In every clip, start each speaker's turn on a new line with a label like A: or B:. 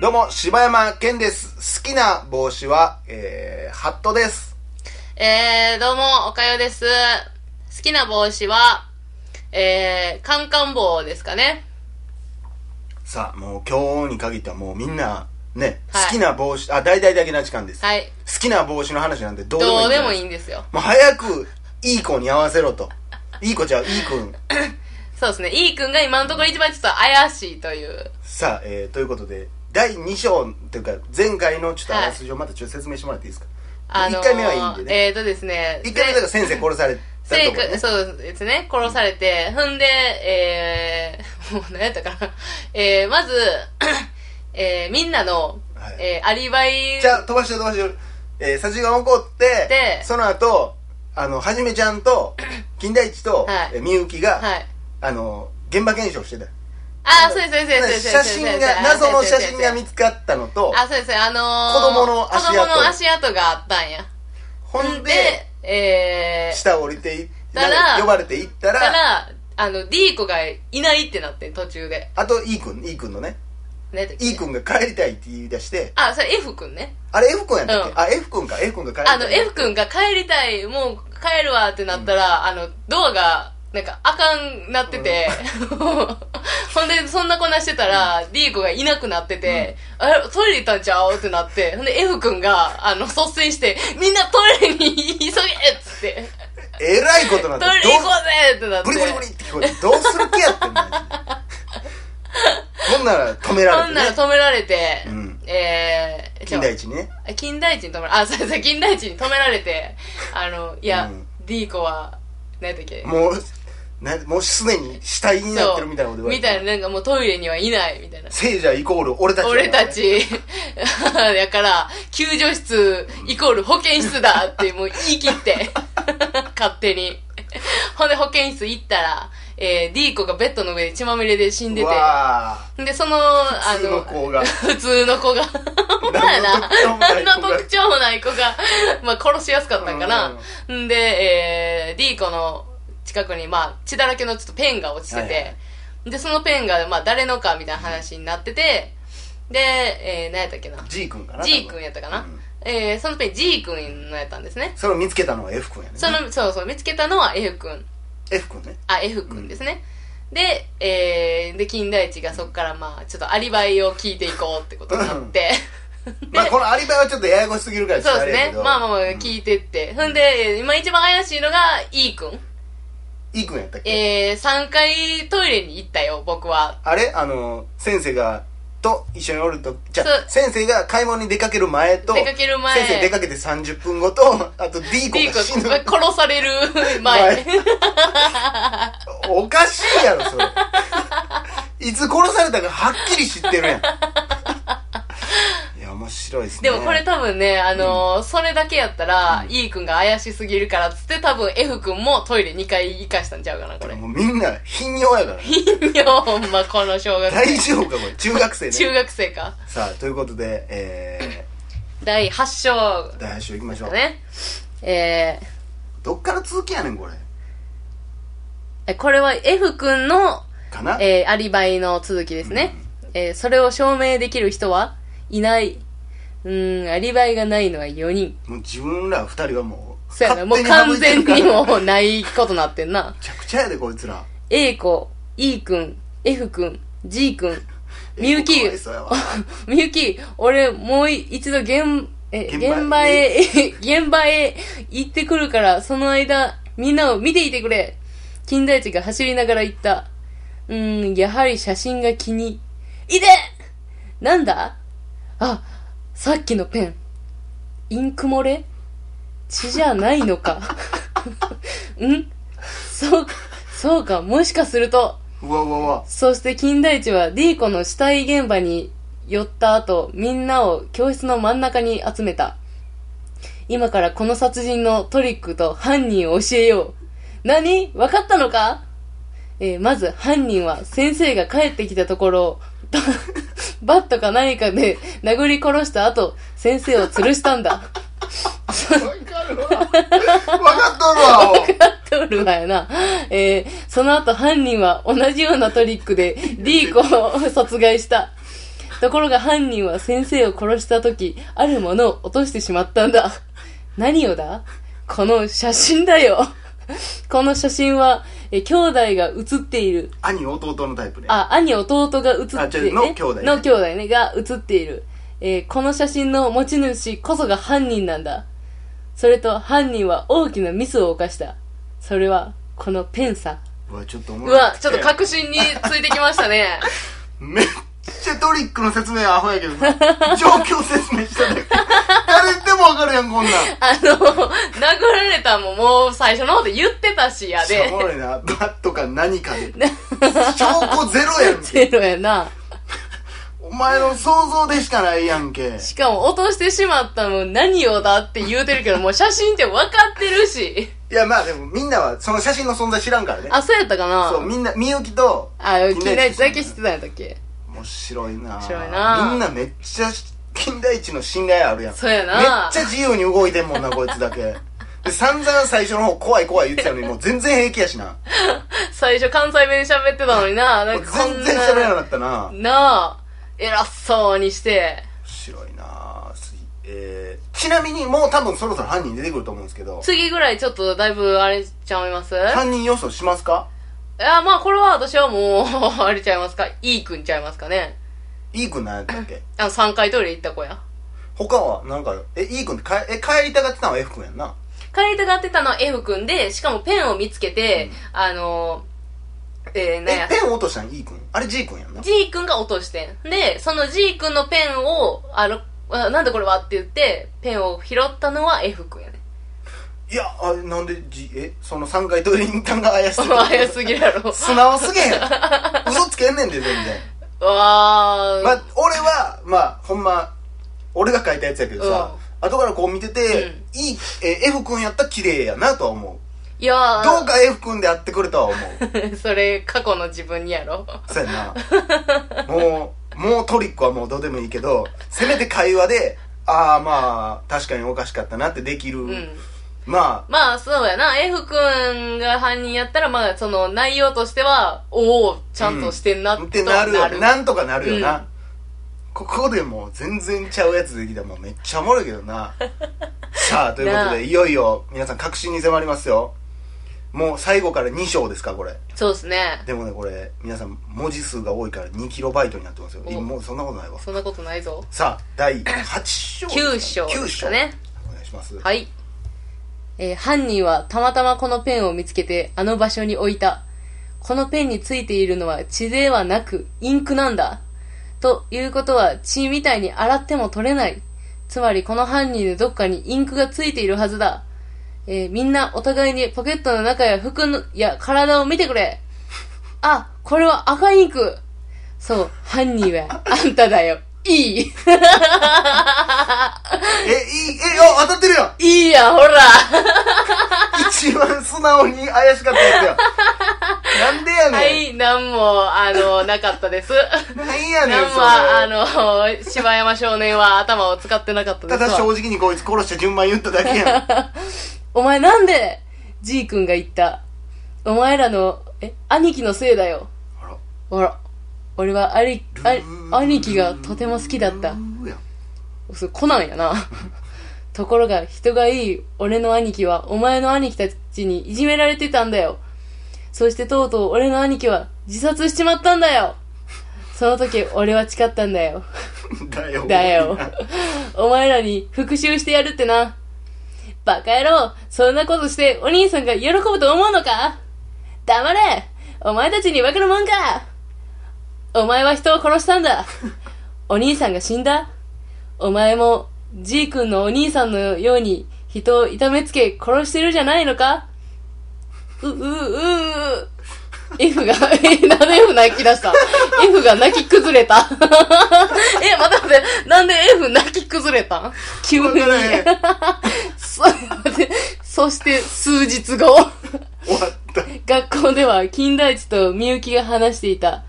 A: どうも、柴山健です。好きな帽子は、えー、ハットです。
B: えー、どうも、おかよです。好きな帽子は、えー、カンカン帽ですかね。
A: さあ、もう今日に限ってはもうみんな、ね、
B: はい
A: 好きな帽子、あ、大々だけな時間です。
B: はい。
A: 好きな帽子の話なんてどうでもいい。
B: どうでもいいんですよ。
A: もう早く、いい子に合わせろと。いい子ちゃう、いい子。
B: そうですね。いい君が今のところ一番ちょっと怪しいという。
A: さあ、えー、ということで、第2章というか、前回のちょっとあらすじをまたちょっと説明してもらっていいですか、
B: あのー、
A: 一回目はいいんでね
B: えーとですね。
A: 一回目だから先生殺された
B: 生
A: と
B: く
A: こね。
B: そうですね、殺されて、踏んで、えー、も う何やったかな。えー、まず、 えー、みんなの、
A: はい
B: えー、アリバイ、
A: じゃあ飛ばして飛ばして、えー、殺人が起こって
B: で
A: その後あのはじめちゃん と金田一と
B: はい
A: えーみゆきが、
B: はい。
A: あの現場検証してた
B: あー、そうです、そうです、そう
A: 写
B: です。そうです
A: 真が謎の写真が
B: そうです
A: 見つかったのと
B: あ、そうです、あのー、
A: 子供の足跡
B: 子供の足跡があったんや。
A: ほんで、
B: えー、
A: 下降りてい
B: たら
A: なんか呼ばれていった
B: からら、あの、D 子がいないってなってん、途中で。
A: あと E 君 E 君のね
B: 何やったっけ
A: E 君が帰りたいって言い出して
B: あ、それ F 君ね。
A: あれ F 君やったっけ、
B: うん
A: あ F 君か F 君が帰りたい
B: あの、F 君が帰りたい、もう帰るわってなったら、あの、ドアが、なんか、あかんなって て、ほんで、そんなこなしてたら、D 子がいなくなってて、あれ、トイレ行ったんちゃうってなって、ほんで、F 君が、あの、率先して、みんなトイレに急げっつって、
A: えらいことなん
B: ト
A: だ
B: イレ行こうぜってなって。
A: ブリブリブリって聞こえてどうする気やってんのマジでほんなら止められ
B: ほ
A: て、
B: ん
A: ね、
B: なら止められて、
A: うん
B: えー、
A: 金田一にね
B: 金田一に止めらあ、そうそう、金田一に止めら れて、あの、いや、
A: うん
B: D 子は、何やったっけ
A: もうなもうすでに死体になってるみたいなこと言われ
B: み
A: て
B: たいな、なんかもうトイレにはいない、みたいな。
A: 聖者イコール俺たちだから
B: 俺たち、 だから、救助室イコール保健室だってもう言い切って、 勝手に。ほんで保健室行ったら、えー、D 子がベッドの上で血まみれで死んで
A: うわ
B: て、で、その、
A: あ
B: あ
A: 普通の
B: の、
A: 子が
B: 普通の子が、ほんまや な
A: 何
B: 何
A: の特徴もない子が
B: の特徴もない子が、まあ殺しやすかったんかな。んで、えー、D 子の近くに、まあ血だらけのちょっとペンが落ちて
A: はい
B: て、
A: はい
B: で、そのペンが、まあ誰のかみたいな話になってて、で、えー、何やったっけな。
A: G 君かな
B: G 君やったか
A: う
B: な。
A: ん
B: えー、そのペン G 君のやったんですね。
A: それを見つけたのは F 君やね
B: その、そうそう、見つけたのは F 君。
A: F 君ね
B: あ、F 君ですね。で、えー、で、金田一がそこからまあ、ちょっとアリバイを聞いていこうってことになって、
A: まあこのアリバイはちょっとややこしすぎるから
B: そうですね。まあまあまあ、
A: い
B: 聞いてって。ほんで、えー今一番怪しいのが E 君。
A: E 君やったっけ
B: えー、3回トイレに行ったよ、僕は。
A: あれあの先生がと一緒におるとじゃあ
B: そう
A: 先生が買い物に出かける前と
B: 出かける前
A: 先生出かけて30分後とあ と D 子
B: D
A: が
B: 君
A: 死ぬ
B: 殺され る
A: 前
B: 前。
A: おかしいやろそれいつ殺されたかはっきり知ってるやんいや面白いですね
B: でもこれ多分ね、あのーそれだけやったら、E 君が怪しすぎるからっつって多分 F 君もトイレ2回行かしたんちゃうかな、これ。
A: もうみんな頻尿やからね
B: いや、ほんま、この小学
A: 大
B: 生。
A: 丈夫かこれ中学生ね
B: 中学生か。
A: さあということでえ
B: 第8章
A: ー、第8章いきましょ
B: だ
A: う、
B: ね。え
A: どっから続きやねんこれ
B: ー、これは F 君の
A: かな、
B: えーアリバイの続きですね、えーそれを証明できる人はいないうーんアリバイがないのは4人
A: もう自分ら2人はもう
B: そうやなもう
A: 勝
B: 完
A: 手
B: 全
A: 省いて
B: に
A: るから
B: もうないことなってんな
A: めちゃくちゃやでこいつら
B: A 子 E 君 F 君 G 君みゆき
A: えーかわいそうやわ
B: みゆき俺もう一度現え
A: 現場
B: 現場へ 現場へ行ってくるからその間みんなを見ていてくれ金田一が走りながら言ったうーんやはり写真が気にいてなんだあさっきのペンインク漏れ血じゃないのか んそうそうかもしかすると
A: うわうわうわ
B: そして金田一は D 子の死体現場に寄った後、みんなを教室の真ん中に集めた。今からこの殺人のトリックと犯人を教えよう。何わかったのかえーまず犯人は先生が帰ってきたところを、 ババットか何かで殴り殺した後、先生を吊るしたんだ。
A: わかるわわかっとるわお
B: ておるわよな。えー、その後犯人は同じようなトリックで D 子を殺害した。ところが犯人は先生を殺した時、あるものを落としてしまったんだ。何をだこの写真だよ。この写真は、えー兄弟が写っている。
A: 兄弟のタイプね
B: あ、兄弟が写っている、ね。
A: あ違うの兄弟ね
B: の兄弟ね、が写っている。えーこの写真の持ち主こそが犯人なんだ。それと犯人は大きなミスを犯した。それは、このペンさ。
A: うわちょっとおも
B: う
A: ろい
B: わ、ちょっと確信についてきましたね。
A: めっちゃトリックの説明アホやけど な状況説明しただけ誰でもわかるやんこんなん
B: あの、殴られたももう最初の方で言ってたしや
A: しょ
B: で
A: う。もろいなバットか何か で証拠ゼロやんけ
B: ゼロやな。
A: お前の想像でしかないやんけ
B: しかも落としてしまったの何をだって言うてるけど、もう写真って分かって るし。
A: いやまあでもみんなはその写真の存在知らんからね
B: あ、そうやったかな
A: そうみんなみゆきと
B: あ、金田一だけ知
A: 知
B: ってたんやったっけ
A: 面白いな
B: 面白いな
A: みんなめっちゃ金田一の信頼あるやん
B: そうやな
A: めっちゃ自由に動いてんもんなこいつだけで散々最初の方怖い怖い言ってたのにもう全然平気やしな
B: 最初関西弁で喋ってたのにな、なんかこん
A: 全
B: な。
A: 然喋らなかったな面
B: なあ、偉そうにして。
A: 白いなすえー、ちなみにもう多分そろそろ犯人出てくると思うんですけど
B: 次ぐらいちょっとだいぶあれちゃいますい
A: 犯人予想しますか
B: や、まあこれは私はもう、 あれちゃいますかいいくんちゃいますかね。
A: いい君なんやったっけ
B: あの3回トイレ行った子や。
A: 他はなんかえいい君ってかえ帰りたがってたのは F 君やんな
B: 帰りたがってたのは F 君で、しかもペンを見つけて、あの、えー、なん
A: え
B: や。
A: ペン落としたんいい君あれ G 君やんな
B: G 君が落としてん。で、その G 君のペンを、あの、あなんでこれはって言って、ペンを拾ったのは F 君やね。
A: いやあなんで G えその3回トイレに行ったんが怪し
B: お
A: い
B: 前早すぎるやろ。
A: 素直すげえやん嘘つけんねんで全然
B: わー。
A: まあ俺はまあほんま俺が書いたやつやけどさ、後からこう見てて、いいえ F 君やったら綺麗やなとは思う
B: いやー。
A: どうか F 君であってくれとは思う
B: それ、過去の自分にやろ。
A: そう やなもうもうトリックはもうどうでもいいけどせめて会話でああまあ確かにおかしかったなってできる、
B: うん。
A: まあ
B: まあ、そうやな。F 君が犯人やったら、まあ、その内容としては、おお、ちゃんとしてんな、と
A: ってなるよなんとかなるよな、
B: うん
A: ここでもう全然ちゃうやつできたもうめっちゃおもろいけど なさあということ
B: なあ
A: でいよいよ皆さん確信に迫りますよもう最後から2章ですかこれ
B: そうですね。
A: でもねこれ皆さん文字数が多いから 2KB になってますよ
B: お
A: 今もうそんなことないわ
B: そんなことないぞ。
A: さあ第8章
B: 9章
A: 9
B: です
A: 章
B: かね。
A: お願いします、
B: はい。えー犯人はたまたまこのペンを見つけて、あの場所に置いた。このペンについているのは血ではなく、インクなんだ。ということは、血みたいに洗っても取れない。つまり、この犯人のどっかにインクがついているはずだ。えーみんなお互いにポケットの中や服の、や体を見てくれ。あ、これは赤インク。そう、犯人はあんただよ。いい。
A: えいいえあ当たってるやん
B: いいやん、ほら。
A: 一番素直に怪しかったやつや なんでや
B: は
A: ねん、
B: い、なんも、あの、なかったです。
A: なんやね
B: なんん
A: それ
B: は、あの、柴山少年は頭を使ってなかったで
A: た
B: すわ
A: だ正直にこいつ殺した順番言っただけ やん。
B: お前なんで ?G 君が言った。お前らの、え、兄貴のせいだよ。
A: あら
B: ほら、俺は兄、あ兄貴がとても好きだった
A: う。ーやん
B: それコナンやな。 ところが、人がいい俺の兄貴は、お前の兄貴たちにいじめられてたんだよ。そしてとうとう俺の兄貴は自殺しちまったんだよ。その時、俺は誓ったんだよ。
A: だよ。
B: だ よ。お前らに復讐してやるってな。バカ野郎、そんなことしてお兄さんが喜ぶと思うのか黙れお前たちに分かるもんかお前は人を殺したんだ。お兄さんが死んだお前も、じい君のお兄さんのように人を痛めつけ殺してるじゃないのかう、う、う、う、F が、え、なんで F 泣き出した ?F が泣き崩れた。 え、また待って、なんで F 泣き崩れた急
A: わ
B: に
A: からへん。
B: そ待って そして数 日後、
A: 終わった。
B: 学校では金田一とみゆきが話していた。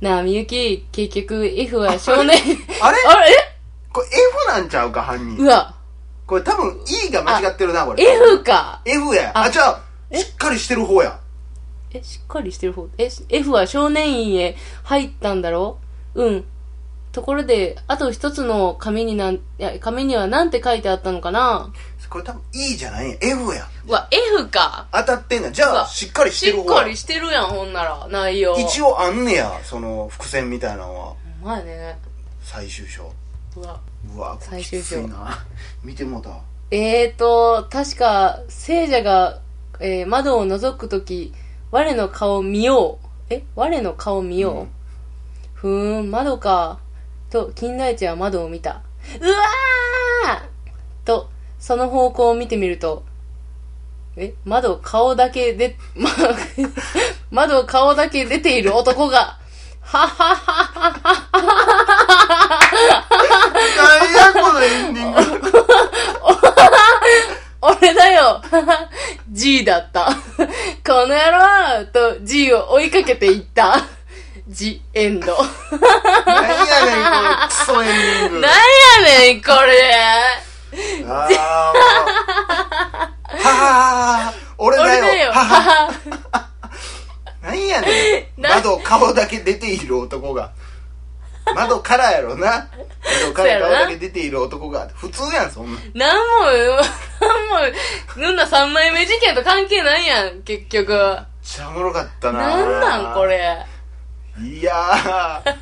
B: なあ、みゆき、結局 F は少年。
A: あれ
B: あれ
A: これ F なんちゃうか、犯
B: えう
A: 人。
B: わ、
A: これ多分 E が間違ってるな、これ。
B: F か。
A: F や。
B: あ
A: あ、じゃあ、しっかりしてる方や。
B: え、しっかりしてる方。え、し F は少年院へ入ったんだろううん。ところで、あと一つの紙になん、いや、紙にはなんて書いてあったのかな
A: これ多分 E じゃないんや。F や。
B: うわ、F か。
A: 当たってんねん。じゃ
B: う
A: あ、
B: わ
A: しっかりし
B: して
A: る
B: っ
A: 方
B: か
A: や
B: り。してるやん、ほんなら、内容。
A: 一
B: 応。
A: 応あんねや、その、伏線みたいなのは。
B: ほんまやね。
A: 最終章。
B: うわ。
A: うわ、これきついな。見てもうたわ。
B: えーと、確か、聖者が、えー窓を覗くとき、我の顔を見よう。え我の顔を見よう。
A: うん
B: ふーん、窓か。と、金田一は窓を見た。うわーと、その方向を見てみると、え窓、顔だけで、 ま、窓、顔だけ出ている男が、はっはっはっは
A: 何やこのエン ディング。
B: 俺だよ !G だった。この野郎と G を追いかけていった。G エンド。
A: 何やねん、このクソエンディ ング。
B: なんやねん、これ
A: あーもうははは俺だ
B: 俺
A: よ
B: だよ
A: はは 何やねん
B: な
A: 窓顔だけ出ている男が窓からやろな窓 から顔だけ出ている男が普通やんそんなん
B: なんも、なんも、ぬんな3枚目事件と関係ないやん、結局。
A: めっちゃおもろかったな
B: なんなん、これ。
A: いやー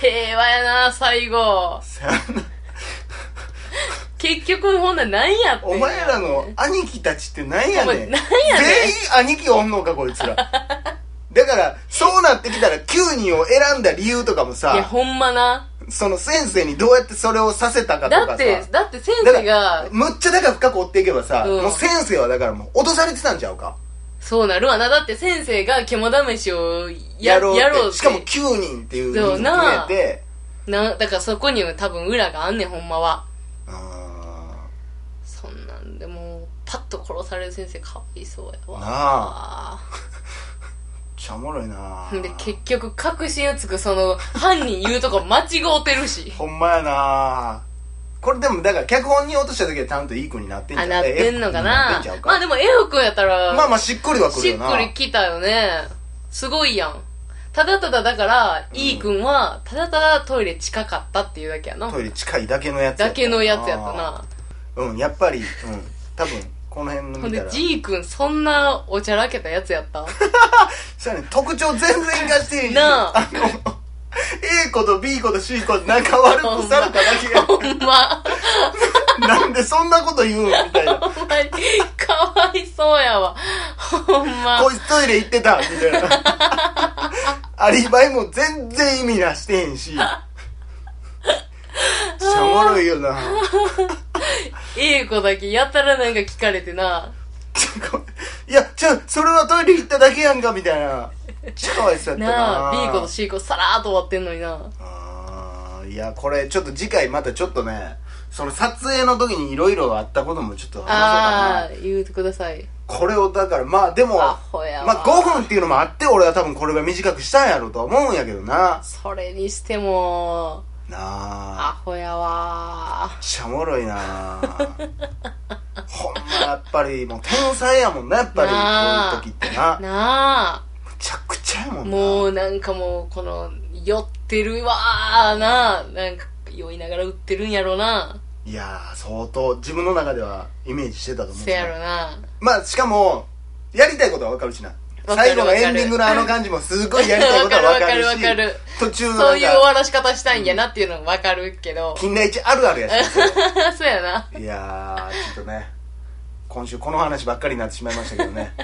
B: 平和やな、最後。
A: さよなら
B: 結局、ほんなら何やってん
A: お前らの兄貴たちってなんやねん
B: お前なんやねん
A: 全員兄貴おんのかこいつらだからそうなってきたら9人を選んだ理由とかもさ
B: いや、ほんまな。
A: その先生にどうやってそれをさせたかとかさ。
B: だって、だって先
A: だか
B: 生が
A: ら、、むっちゃだから深く追っていけばさ、
B: うん
A: もう先生はだからもう落とされてたんちゃうか。
B: そうなるわな。だって先生が肝試しをや
A: や
B: や
A: ろうって。
B: ろうって。
A: しかも9人っていう人
B: そ
A: 数
B: う
A: 決
B: な
A: めて、
B: な、だからそこには多分裏があんねん、ほんまは。
A: あ
B: そんなんでもう、パッと殺される先生かわいそうやわ。
A: なーめっちゃおもろいな
B: で、結局、確信をつく、その、犯人言うとこ間違うてるし。
A: ほんまやなこれでもだから脚本に落とした時はちゃんといい子になってんじゃ
B: あ、
A: う
B: なってんのかな
A: ええ子になってんちゃうか
B: まあでも、エフ君やったら、
A: まあまあしっくりはくる
B: しっ
A: よな。
B: くりきたよね。すごいやん。ただただだから、イ、ー、君は、ただただトイレ近かったっていうだけやな。
A: トイレ近いだけのやつや
B: だ
A: った
B: けのやつやった。な。
A: うん、やっぱり、うん。多分、この辺の
B: ほん
A: 見た
B: で
A: ら、。
B: G 君、そんなおちゃらけたやつやった
A: そうやね特徴全然生かしてへんし
B: なあ
A: あの A 子と B 子と C 子仲悪くされただけや
B: ほんま。
A: なんでそんなこと言うんみたいな
B: ほんまに、かわいそうやわ。ほんま
A: こ。いつトイレ行ってたみた いなアリバイも全然意味なしてへんしめっちゃおもろいよな
B: A 子だけやたらなんか聞かれてな。
A: ちょごめんいやちょそれはトイレ行っただけやんかみたいなめっちゃかわいそうやったな
B: なあ、B 子と C 子さらーっと終わってんのにな。
A: あーいやこれちょっと次回またちょっとねその撮影の時にいろいろあったこともちょっと話そうかな
B: ああ、言うてください。
A: これをだからまあでも
B: ア
A: ま
B: ホやわ。
A: あ5分っていうのもあって俺は多分これが短くしたんやろうとは思うんやけどな
B: それにしても、
A: な
B: ア
A: あ
B: ホやわ。
A: めっちゃおもろいな ほんまやっぱりもう天才やもんなやっぱりこ
B: なあ
A: ういう時ってなむ
B: なあ、
A: ちゃくちゃやもんな
B: もうなんかもう、この、酔ってるわーなあ。なんか、酔いながら売ってるんやろな。
A: いやー相当自分の中ではイメージしてたと思うん
B: せ
A: ですよ
B: やろな。
A: まあしかもやりたいことはわかるしな
B: わかる
A: 最後のエンディングのあの感じもすごいやりたいことはわかるし
B: わかるわかるわかる
A: 途中の
B: そういう終
A: なんか
B: わらし方したいんやなっていうのもわかるけど。
A: 金田一あるあるやし
B: そうやな。
A: いやーちょっとね今週この話ばっかりになってしまいましたけど ね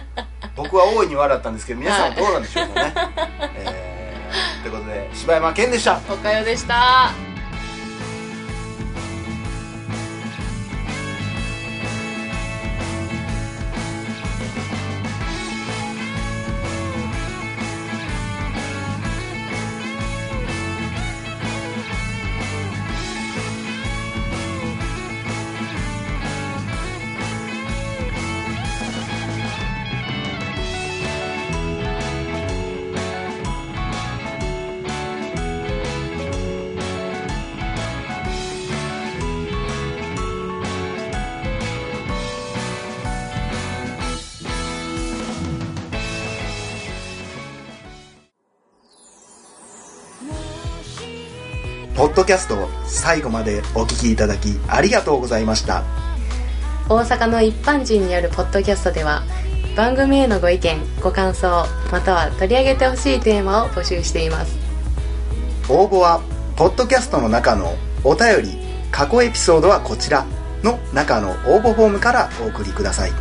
A: 僕は大いに笑ったんですけど皆さんはどうなんでしょうかね、えー、ということで柴山健でした
B: おかよでした。
A: ポッドキャストを最後までお聞きいただきありがとうございました
B: 大阪の一般人によるポッドキャストでは番組へのご意見ご感想または取り上げてほしいテーマを募集しています
A: 応募はポッドキャストの中のお便り過去エピソードはこちらの中の応募フォームからお送りください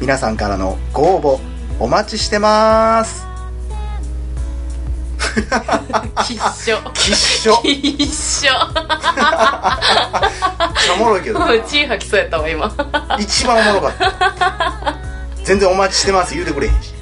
A: 皆さんからのご応募お待ちしてます
B: 一緒
A: きっしょ
B: 一緒
A: ちゃおもろいけど
B: もう血吐きそうやったわ今
A: 一番おもろかった全然お待ちしてます言うてくれへんし